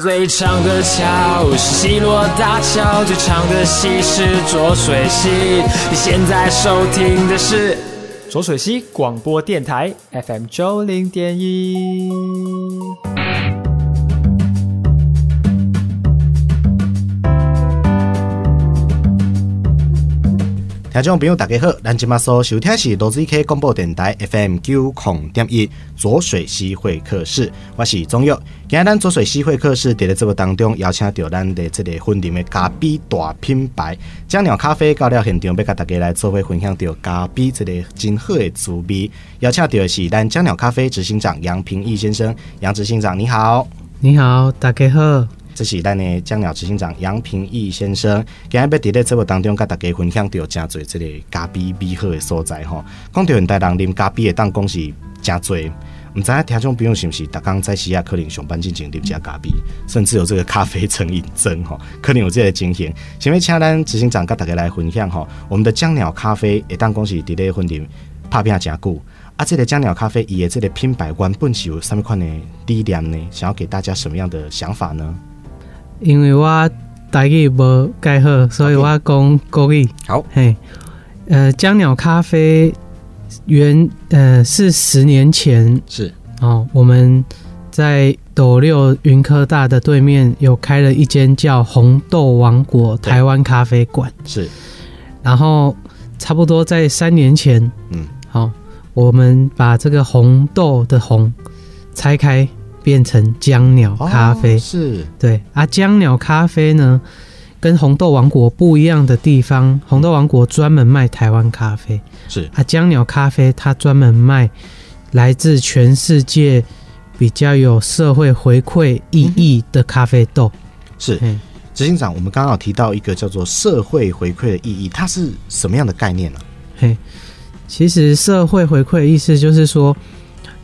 最长的桥是西罗大桥，最长的溪是浊水溪。你现在收听的是浊水溪广播电台 FM 九零点一。听众朋友大家好，咱今麦所收听是罗水 K 广播电台 FM 九零点一左水溪会客室，我是钟佑。今日咱左水溪会客室伫咧节目当中邀请到咱的这个婚礼的咖啡大品牌酱鸟咖啡到了现场，要甲大家来做伙分享到咖啡这个真好的滋味。邀请到的是咱酱鸟咖啡执行长杨平义先生，杨执行长你好。你好，大家好。这是咱的江鸟执行长杨平义先生，今日要伫咧节目当中，甲大家分享到真侪即个咖啡美好的所在吼。讲到现代人啉咖啡的当讲是真侪，毋知影听众朋友是毋是，逐工早时啊可能上班进前啉一下咖啡，甚至有这个咖啡成瘾症吼，可能有这个情形。想要请咱执行长甲大家来分享吼，我们的江鸟咖啡会当讲是伫咧婚礼拍拼真久。啊，这个江鸟咖啡伊的这个品牌原本是有什么款的理念呢？想要给大家什么样的想法呢？因为我台语无介好，所以我讲国语。好，嘿，呃，江鸟咖啡原呃是十年前是哦，我们在斗六云科大的对面有开了一间叫红豆王国对台湾咖啡馆，是，然后差不多在三年前，嗯，好、我们把这个红豆的红拆开变成江鸟咖啡。哦是对啊，江鸟咖啡呢，跟红豆王国不一样的地方，红豆王国专门卖台湾咖啡，是啊，江鸟咖啡它专门卖来自全世界比较有社会回馈意义的咖啡豆。是，嗯，执行长，我们刚刚有提到一个叫做社会回馈的意义，它是什么样的概念呢、嘿，其实社会回馈的意思就是说，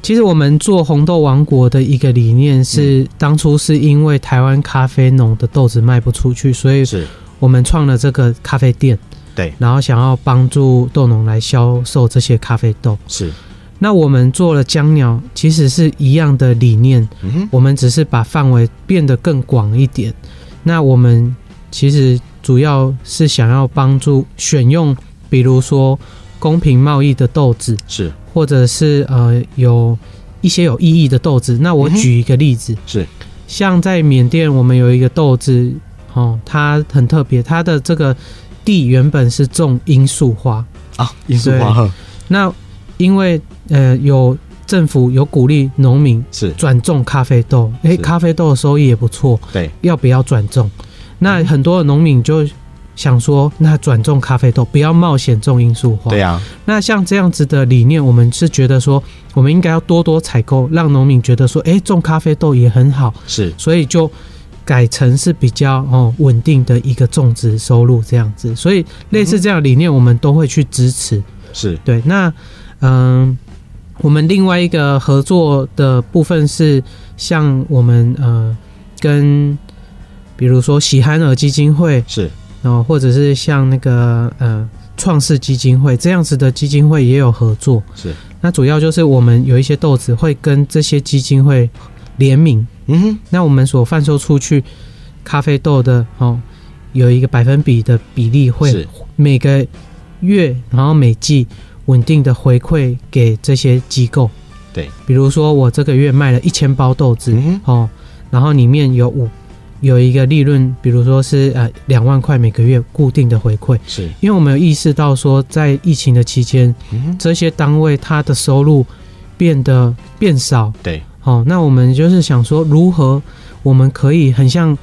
其实我们做红豆王国的一个理念是，当初是因为台湾咖啡农的豆子卖不出去，所以是我们创了这个咖啡店，对然后想要帮助豆农来销售这些咖啡豆。是，那我们做了江鸟，其实是一样的理念，嗯哼，我们只是把范围变得更广一点。那我们其实主要是想要帮助选用，比如说公平贸易的豆子，是或者是呃有一些有意义的豆子。那我嗯哼举一个例子，是像在缅甸，我们有一个豆子，哦，它很特别，它的这个地原本是种罂粟花，啊，罂粟花呵那因为呃有政府有鼓励农民是转种咖啡豆，诶、是咖啡豆的收益也不错，对，要不要转种？那很多的农民就想说，那转种咖啡豆，不要冒险种罂粟花。对啊，那像这样子的理念，我们是觉得说，我们应该要多多采购，让农民觉得说，诶、种咖啡豆也很好。是所以就改成是比较哦稳定的一个种植收入这样子，所以类嗯似这样的理念，我们都会去支持。是对，那嗯，我们另外一个合作的部分是像我们呃跟比如说喜憨儿基金会，是然、后或者是像那个呃创世基金会这样子的基金会也有合作。是，那主要就是我们有一些豆子会跟这些基金会联名，嗯哼，那我们所贩售出去咖啡豆的哦，有一个百分比的比例会是每个月，然后每季稳定的回馈给这些机构。对，比如说我这个月卖了一千包豆子、嗯哼，哦，然后里面有五有一个利润，比如说是呃两万块每个月固定的回馈。是因为我们有意识到说，在疫情的期间，嗯哼，这些单位它的收入变得变少，对好、那我们就是想说，如何我们可以很像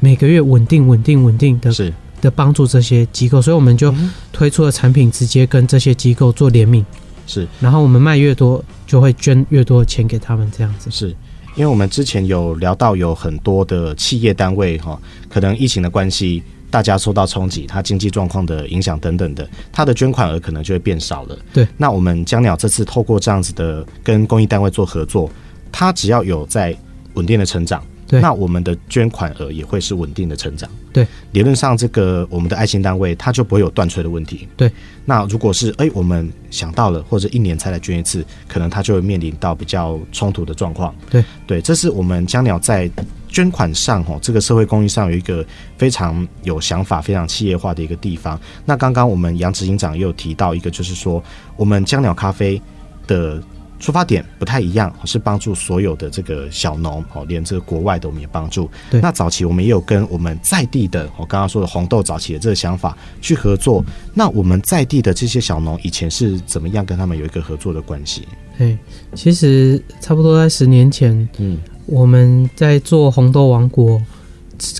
每个月稳定、稳定、稳定的是的帮助这些机构，所以我们就嗯哼推出了产品，直接跟这些机构做联名，是然后我们卖越多，就会捐越多的钱给他们，这样子。是。因为我们之前有聊到有很多的企业单位哈，可能疫情的关系，大家受到冲击，它经济状况的影响等等的，它的捐款额可能就会变少了。对，那我们江鸟这次透过这样子的跟公益单位做合作，它只要有在稳定的成长，对那我们的捐款额也会是稳定的成长。对，理论上这个我们的爱心单位它就不会有断炊的问题。对，那如果是哎、我们想到了或者一年才来捐一次，可能它就会面临到比较冲突的状况。对对，这是我们江鸟在捐款上哦，这个社会公益上有一个非常有想法、非常企业化的一个地方。那刚刚我们杨执行长也有提到一个，就是说我们江鸟咖啡的出发点不太一样，是帮助所有的这个小农哦，连这个国外的我们也帮助。对那早期我们也有跟我们在地的，我刚刚说的红豆早期的这个想法去合作。那我们在地的这些小农以前是怎么样跟他们有一个合作的关系？哎，其实差不多在十年前，嗯，我们在做红豆王国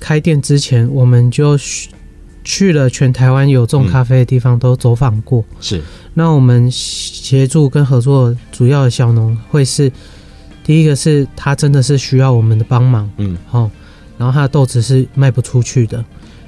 开店之前，我们就去去了全台湾有嗯种咖啡的地方都走访过。是那我们协助跟合作主要的小农会是，第一个是他真的是需要我们的帮忙，嗯，哦，然后他的豆子是卖不出去的。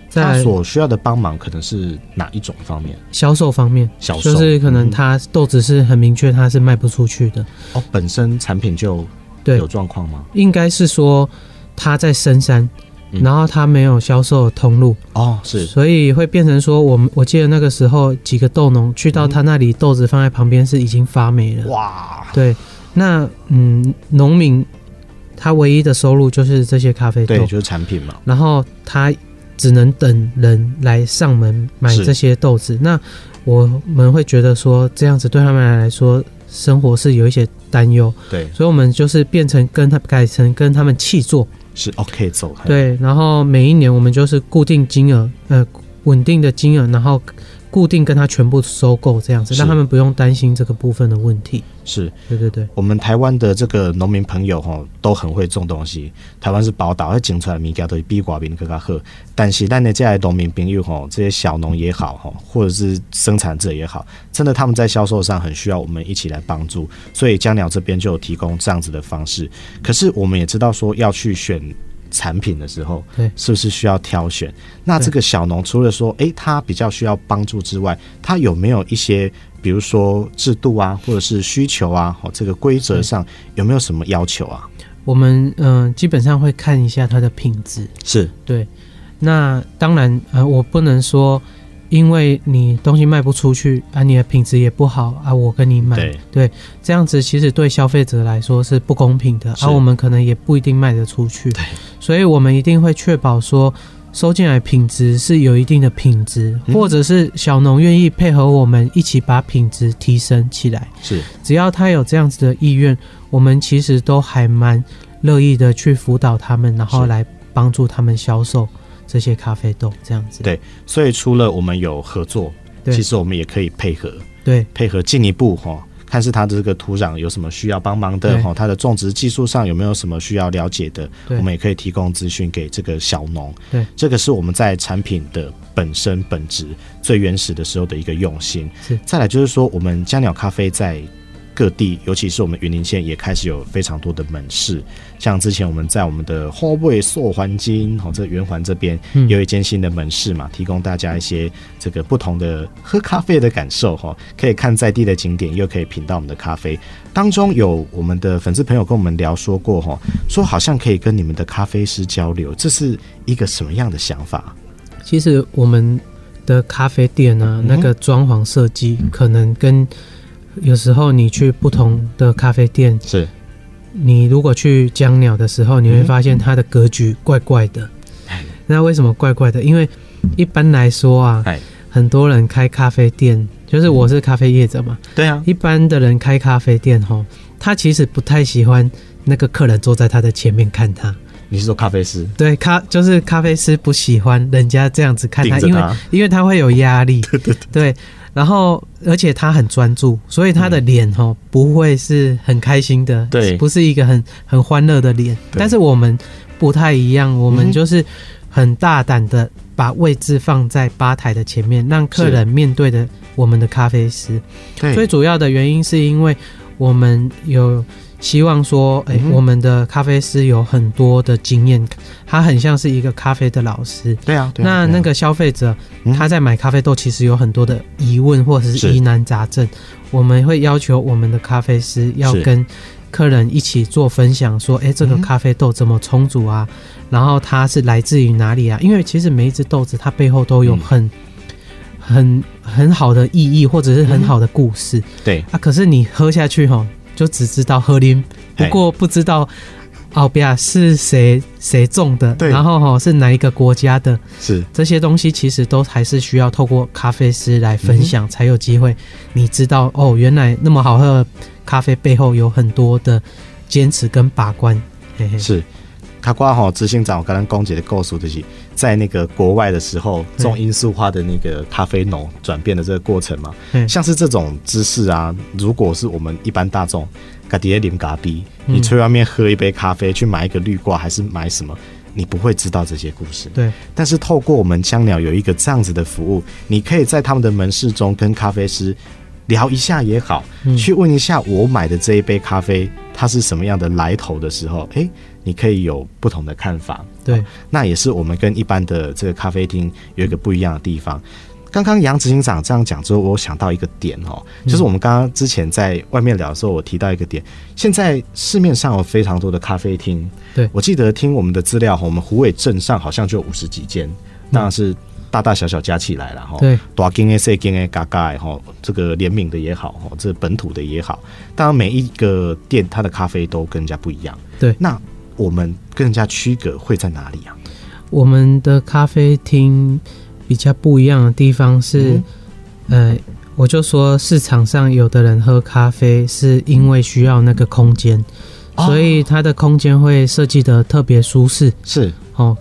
再他来所需要的帮忙可能是哪一种方面？销售方面，销售就是可能他豆子是很明确，他是卖不出去的。哦，本身产品就对有状况吗？应该是说他在深山，嗯然后他没有销售的通路，哦，是所以会变成说，我们我记得那个时候几个豆农嗯去到他那里，豆子放在旁边是已经发霉了。哇，对，那嗯，农民他唯一的收入就是这些咖啡对，豆，就是产品嘛，然后他只能等人来上门买是这些豆子。那我们会觉得说，这样子对他们来说，生活是有一些担忧，对，所以我们就是变成跟他改成跟他们契作，是 OK 走，对，然后每一年我们就是固定金额，呃，稳定的金额，然后固定跟他全部收购这样子，是让他们不用担心这个部分的问题。是对对对，我们台湾的这个农民朋友吼，都很会种东西。台湾是宝岛，它种出来的物件都是比外面更加好。但是咱的这些农民朋友吼，这些小农也好吼，或者是生产者也好，真的他们在销售上很需要我们一起来帮助。所以江鸟这边就有提供这样子的方式。可是我们也知道说要去选。产品的时候对，是不是需要挑选？那这个小农除了说，诶、他比较需要帮助之外，他有没有一些，比如说制度啊，或者是需求啊，哦，这个规则上有没有什么要求啊？我们嗯、呃基本上会看一下它的品质。是对，那当然呃，我不能说。因为你东西卖不出去啊，你的品质也不好啊，我跟你买，对这样子其实对消费者来说是不公平的，啊是而、我们可能也不一定卖得出去。对，所以我们一定会确保说收进来品质是有一定的品质，嗯或者是小农愿意配合我们一起把品质提升起来。是只要他有这样子的意愿，我们其实都还蛮乐意的去辅导他们，然后是来帮助他们销售这些咖啡豆，这样子。对所以除了我们有合作，对其实我们也可以配合，对配合进一步哈、哦，看是它的这个土壤有什么需要帮忙的对哈、哦，它的种植技术上有没有什么需要了解的，对我们也可以提供资讯给这个小农。对，这个是我们在产品的本身本质最原始的时候的一个用心。是再来就是说，我们江鸟咖啡在各地，尤其是我们云林县也开始有非常多的门市，像之前我们在我们的花卉塑环金哦，这圆环这边嗯有一间新的门市嘛，提供大家一些这个不同的喝咖啡的感受哈、哦，可以看在地的景点，又可以品到我们的咖啡。当中有我们的粉丝朋友跟我们聊说过哈、哦，说好像可以跟你们的咖啡师交流，这是一个什么样的想法？其实我们的咖啡店呢、嗯哼嗯那个装潢设计可能跟有时候你去不同的咖啡店，是你如果去江鸟的时候，你会嗯哎发现它的格局怪怪的。那为什么怪怪的？因为一般来说啊哎，很多人开咖啡店，就是我是咖啡业者嘛，对啊，一般的人开咖啡店吼，他其实不太喜欢那个客人坐在他的前面看他。你是说咖啡师？对咖就是咖啡师不喜欢人家这样子看他，盯着因为他因为他会有 压力，对对对然后而且他很专注，所以他的脸吼、不会是很开心的，嗯对不是一个很很欢乐的脸。对但是我们不太一样，我嗯们哼就是很大胆的把位置放在吧台的前面，让客是人面对的我们的咖啡师。对最主要的原因是因为我们有希望说，哎、嗯哼我们的咖啡师有很多的经验，他很像是一个咖啡的老师。对啊，对啊那对啊那个消费者嗯他在买咖啡豆，其实有很多的疑问或者是是疑难杂症，我们会要求我们的咖啡师要是跟客人一起做分享，说，哎、这个嗯哼咖啡豆怎么冲煮啊？然后它是来自于哪里啊？因为其实每一只豆子它背后都有嗯很、很很好的意义，或者是很嗯哼好的故事。对哎啊，可是你喝下去吼，就只知道喝啉，不哦嘿过不知道奥比亚是谁谁种的，对然后哈、是哪一个国家的，是这些东西其实都还是需要透过咖啡师来分享，才有机会你知道哦，原来那么好喝的咖啡背后有很多的坚持跟把关。嘿嘿，是。卡瓜吼，执行长，我刚刚讲解的构思就是在那个国外的时候，嗯种罂粟花的那个咖啡农转变的这个过程嘛，嗯像是这种知识啊，如果是我们一般大众，咖喱林咖喱，嗯你去外面喝一杯咖啡，去买一个绿挂还是买什么，你不会知道这些故事。对，但是透过我们江鸟有一个这样子的服务，你可以在他们的门市中跟咖啡师聊一下也好，嗯去问一下我买的这一杯咖啡它是什么样的来头的时候，诶，你可以有不同的看法。对，那也是我们跟一般的这个咖啡厅有一个不一样的地方。刚刚杨执行长这样讲之后，我想到一个点哦，嗯就是我们刚刚之前在外面聊的时候，我提到一个点，现在市面上有非常多的咖啡厅，对我记得听我们的资料，我们湖尾镇上好像就有五十几间，当然是大大小小加起来了哈。嗯对，大间的、小间的、嘎嘎的哈，这个联名的也好，哈，这本土的也好，当然每一个店它的咖啡都跟人家不一样。对那我们跟人家区隔会在哪里啊？我们的咖啡厅比较不一样的地方是嗯，呃，我就说市场上有的人喝咖啡是因为需要那个空间，哦所以它的空间会设计的特别舒适是，哦。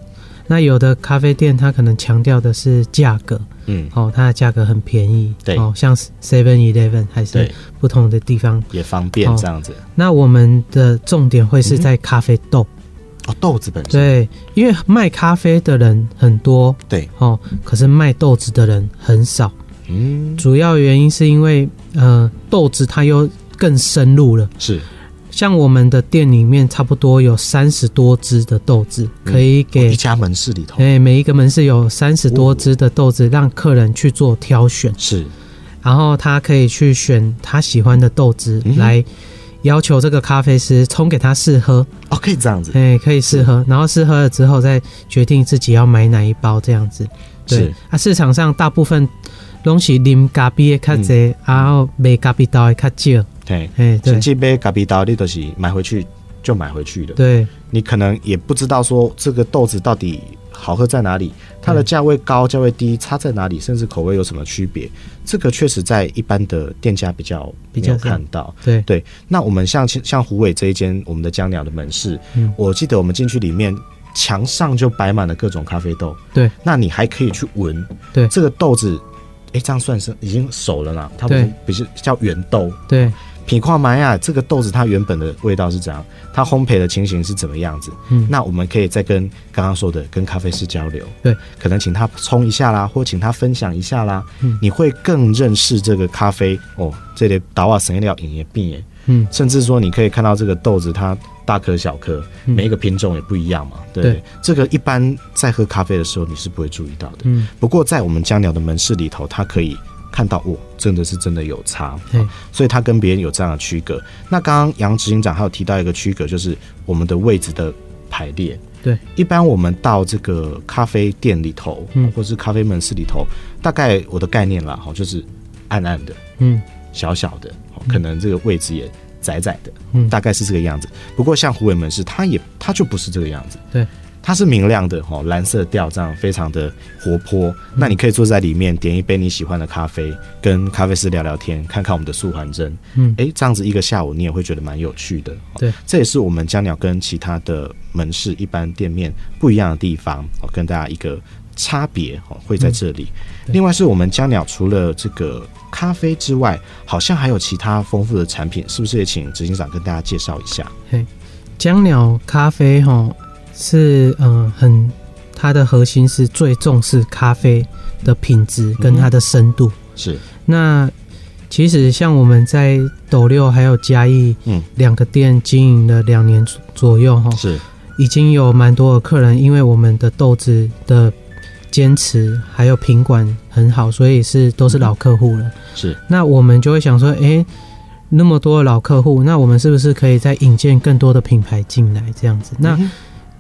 那有的咖啡店它可能强调的是价格嗯，哦，它的价格很便宜，对哦，像 Seven Eleven 还是对，不同的地方。也方便哦这样子。那我们的重点会嗯是在咖啡豆，哦，豆子本身，对，因为卖咖啡的人很多，对，哦，可是卖豆子的人很少，嗯，主要原因是因为呃豆子它又更深入了，是，像我们的店里面差不多有三十多只的豆子，嗯可以哦给一家门市里头哎、每一个门市有三十哦多只的豆子，让客人去做挑选，是，然后他可以去选他喜欢的豆子嗯哼来。要求这个咖啡师冲给他试喝，哦，可以这样子，哎、可以试喝，然后试喝了之后再决定自己要买哪一包这样子。对是，啊，市场上大部分拢是啉咖啡的较嗯侪，然后卖咖啡豆的较少。对，哎，对前几杯咖啡豆你都是买回去就买回去的，对你可能也不知道说这个豆子到底好喝在哪里，它的价位高、价位低差在哪里，甚至口味有什么区别，这个确实在一般的店家比较比没较有少看到。对对，那我们像像虎尾这一间我们的江鸟的门市，嗯我记得我们进去里面墙上就摆满了各种咖啡豆，对，那你还可以去闻，对这个豆子，诶，这样算是已经熟了啦，它不是对不是叫圆豆，对，品矿玛雅这个豆子它原本的味道是怎样，它烘焙的情形是怎么样子，嗯那我们可以再跟刚刚说的跟咖啡师交流，对，可能请他冲一下啦，或请他分享一下啦，嗯你会更认识这个咖啡哦，这类达瓦神料饮也病耶，嗯，甚至说你可以看到这个豆子它大颗小颗，嗯每一个品种也不一样嘛，对对不对，这个一般在喝咖啡的时候你是不会注意到的，嗯，不过在我们江鸟的门市里头，它可以看到哦，真的是真的有差，对所以它跟别人有这样的区隔。那刚刚杨执行长还有提到一个区隔，就是我们的位置的排列。对，一般我们到这个咖啡店里头，嗯或是咖啡门市里头，大概我的概念啦，哈，就是暗暗的、嗯小小的，哦可能这个位置也窄窄的，嗯，大概是这个样子。不过像虎尾门市，它也它就不是这个样子，对，它是明亮的哦，蓝色调这样非常的活嗯泼。那你可以坐在里面点一杯你喜欢的咖啡，跟咖啡师聊聊天，看看我们的素还真。嗯诶，这样子一个下午你也会觉得蛮有趣的。哦对，这也是我们江鸟跟其他的门市一般店面不一样的地方，哦，跟大家一个差别哦会在这里。嗯对另外是我们江鸟除了这个咖啡之外，好像还有其他丰富的产品，是不是也请执行长跟大家介绍一下？江鸟咖啡哈是嗯、呃很它的核心是最重视咖啡的品质跟它的深度。是，那其实像我们在斗六还有嘉义，嗯，两个店经营了两年左右哈，是，已经有蛮多的客人因为我们的豆子的坚持还有品管很好，所以是都是老客户了。是，那我们就会想说，诶，那么多的老客户，那我们是不是可以再引荐更多的品牌进来这样子？那嗯哼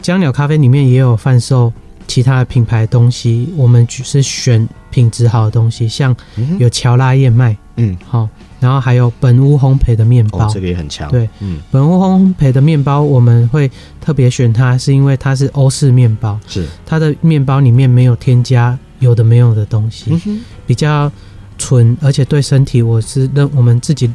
江鸟咖啡里面也有贩售其他的品牌的东西，我们只是选品质好的东西，像嗯哼有乔拉燕麦，嗯，好、然后还有本屋烘焙的面包。哦，这个也很强。对，嗯，本屋烘焙的面包我们会特别选它，是因为它是欧式面包，是，它的面包里面没有添加有的没有的东西，嗯哼，比较纯，而且对身体我是认我们自己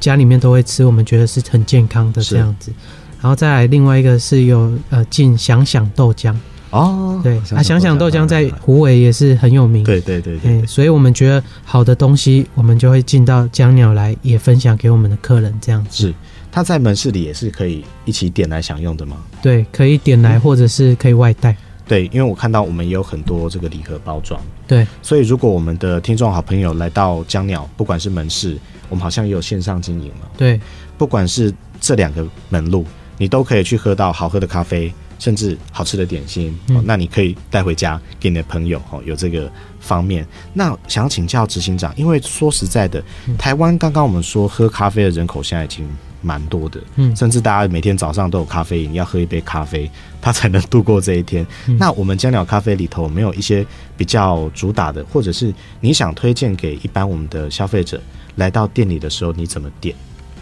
家里面都会吃，我们觉得是很健康的是这样子。然后再来另外一个是有呃进想想豆浆，哦，对，啊想想豆浆在当然湖尾也是很有名，对对对对哎、对，所以我们觉得好的东西，我们就会进到江鸟来，也分享给我们的客人这样子。是。它在门市里也是可以一起点来享用的吗？对，可以点来，或者是可以外带。对，因为我看到我们也有很多这个礼盒包装，对，所以如果我们的听众好朋友来到江鸟，不管是门市，我们好像也有线上经营嘛，对，不管是这两个门路，你都可以去喝到好喝的咖啡，甚至好吃的点心。嗯哦，那你可以带回家给你的朋友哦，有这个方面。那想要请教执行长，因为说实在的，嗯台湾刚刚我们说喝咖啡的人口现在已经蛮多的，嗯甚至大家每天早上都有咖啡因，要喝一杯咖啡，他才能度过这一天。嗯那我们江鸟咖啡里头有没有一些比较主打的，或者是你想推荐给一般我们的消费者来到店里的时候，你怎么点？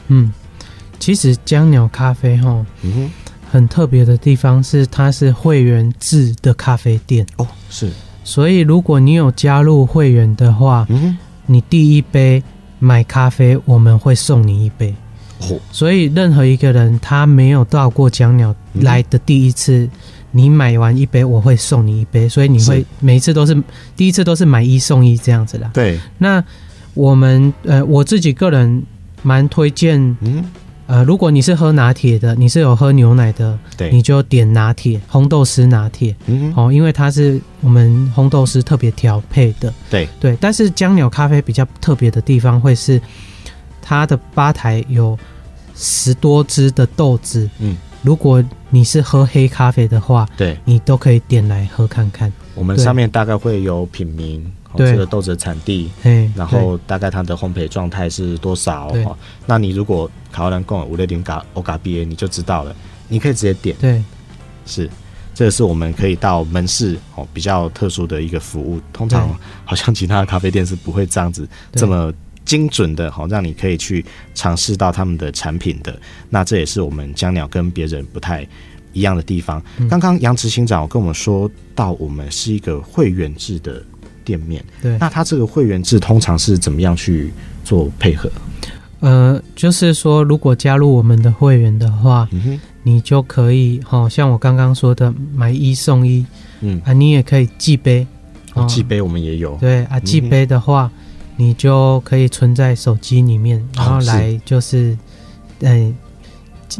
嗯，其实江鸟咖啡哈，嗯哼。很特别的地方是它是会员制的咖啡店，哦，是，所以如果你有加入会员的话，嗯你第一杯买咖啡，我们会送你一杯。哼，哦，所以任何一个人他没有到过江鸟嗯来的第一次。你买完一杯，我会送你一杯，所以你会是每一次都是第一次都是买一送一这样子啦。对，那我们呃，我自己个人蛮推荐，嗯，呃，如果你是喝拿铁的，你是有喝牛奶的，对，你就点拿铁，红豆丝拿铁嗯哼，哦，因为它是我们红豆丝特别调配的。对，对，但是江鸟咖啡比较特别的地方会是它的吧台有十多支的豆子，嗯，如果你是喝黑咖啡的话，对，你都可以点来喝看看。我们对上面大概会有品名，哦对这个豆子的产地，嘿，然后大概它的烘焙状态是多少？对哦，那你如果卡奥兰贡五六零嘎欧嘎 B A，你就知道了，你可以直接点，对。对是。这是我们可以到门市哦，比较特殊的一个服务。通常对好像其他的咖啡店是不会这样子对这么精准的，好、让你可以去尝试到他们的产品的。那这也是我们江鸟跟别人不太一样的地方。嗯刚刚杨执行长有跟我们说到，我们是一个会员制的店面。对那他这个会员制通常是怎么样去做配合？呃，就是说，如果加入我们的会员的话，嗯哼，你就可以，哦，像我刚刚说的，买一送一嗯，啊，你也可以寄杯，哦寄杯我们也有，对啊，寄杯的话，你就可以存在手机里面，然后哦是来就是，嗯、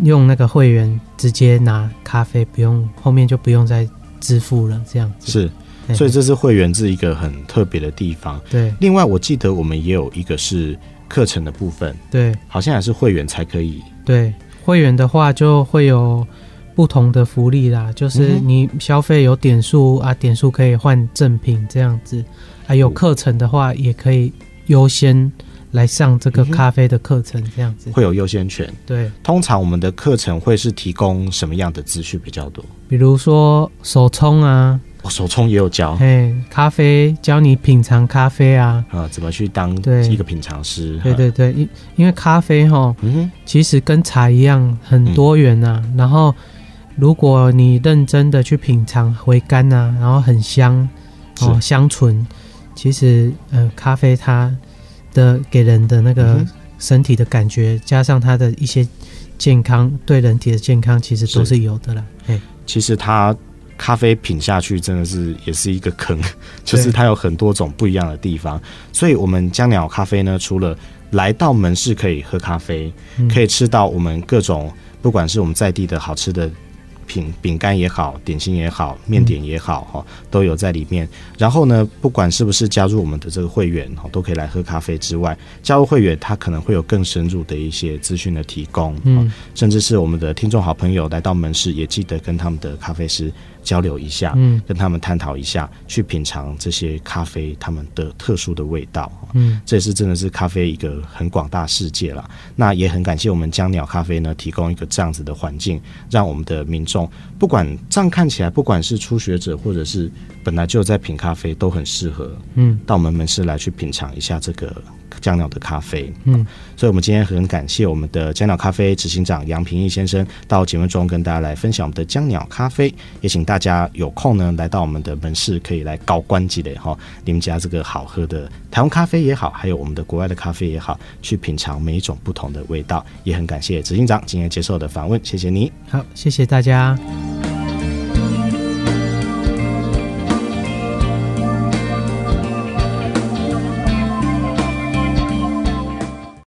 用那个会员直接拿咖啡，不用后面就不用再支付了，这样子。是，嘿所以这是会员制一个很特别的地方。对另外，我记得我们也有一个是课程的部分，对好像也是会员才可以。对，会员的话就会有不同的福利啦，就是嗯哼你消费有点数啊，点数可以换赠品这样子，啊，有哦课程的话也可以优先来上这个嗯哼咖啡的课程这样子。会有优先权。对，通常我们的课程会是提供什么样的资讯比较多？比如说手冲啊，哦、手冲也有教嘿，咖啡教你品尝咖啡啊，啊，怎么去当对一个品尝师？对啊，对对，因因为咖啡哈，嗯哼，其实跟茶一样很多元啊，嗯然后如果你认真的去品尝回甘啊，然后很香哦，是香醇，其实呃，咖啡它的给人的那个嗯哼身体的感觉，加上它的一些健康对人体的健康，其实都是是有的啦，嘿，其实它咖啡品下去真的是也是一个坑， 就是它有很多种不一样的地方。所以，我们江鸟咖啡呢，除了来到门市可以喝咖啡，嗯可以吃到我们各种，不管是我们在地的好吃的品饼干也好，点心也好，面点也好，哈、都有在里面。然后呢，不管是不是加入我们的这个会员，哈，都可以来喝咖啡之外，加入会员它可能会有更深入的一些资讯的提供，嗯，甚至是我们的听众好朋友来到门市，也记得跟他们的咖啡师交流一下，嗯跟他们探讨一下，去品尝这些咖啡他们的特殊的味道。嗯，这也是真的是咖啡一个很广大世界啦。那也很感谢我们江鸟咖啡呢，提供一个这样子的环境，让我们的民众不管这样看起来，不管是初学者或者是本来就有在品咖啡，都很适合嗯到我们门市来去品尝一下这个江鸟的咖啡。嗯，所以我们今天很感谢我们的江鸟咖啡执行长杨平义先生到节目中跟大家来分享我们的江鸟咖啡，也请大家有空呢来到我们的门市可以来高关积累哈，你们家这个好喝的台湾咖啡也好，还有我们的国外的咖啡也好，去品尝每一种不同的味道。也很感谢执行长今天接受我的访问，谢谢你。好，谢谢大家。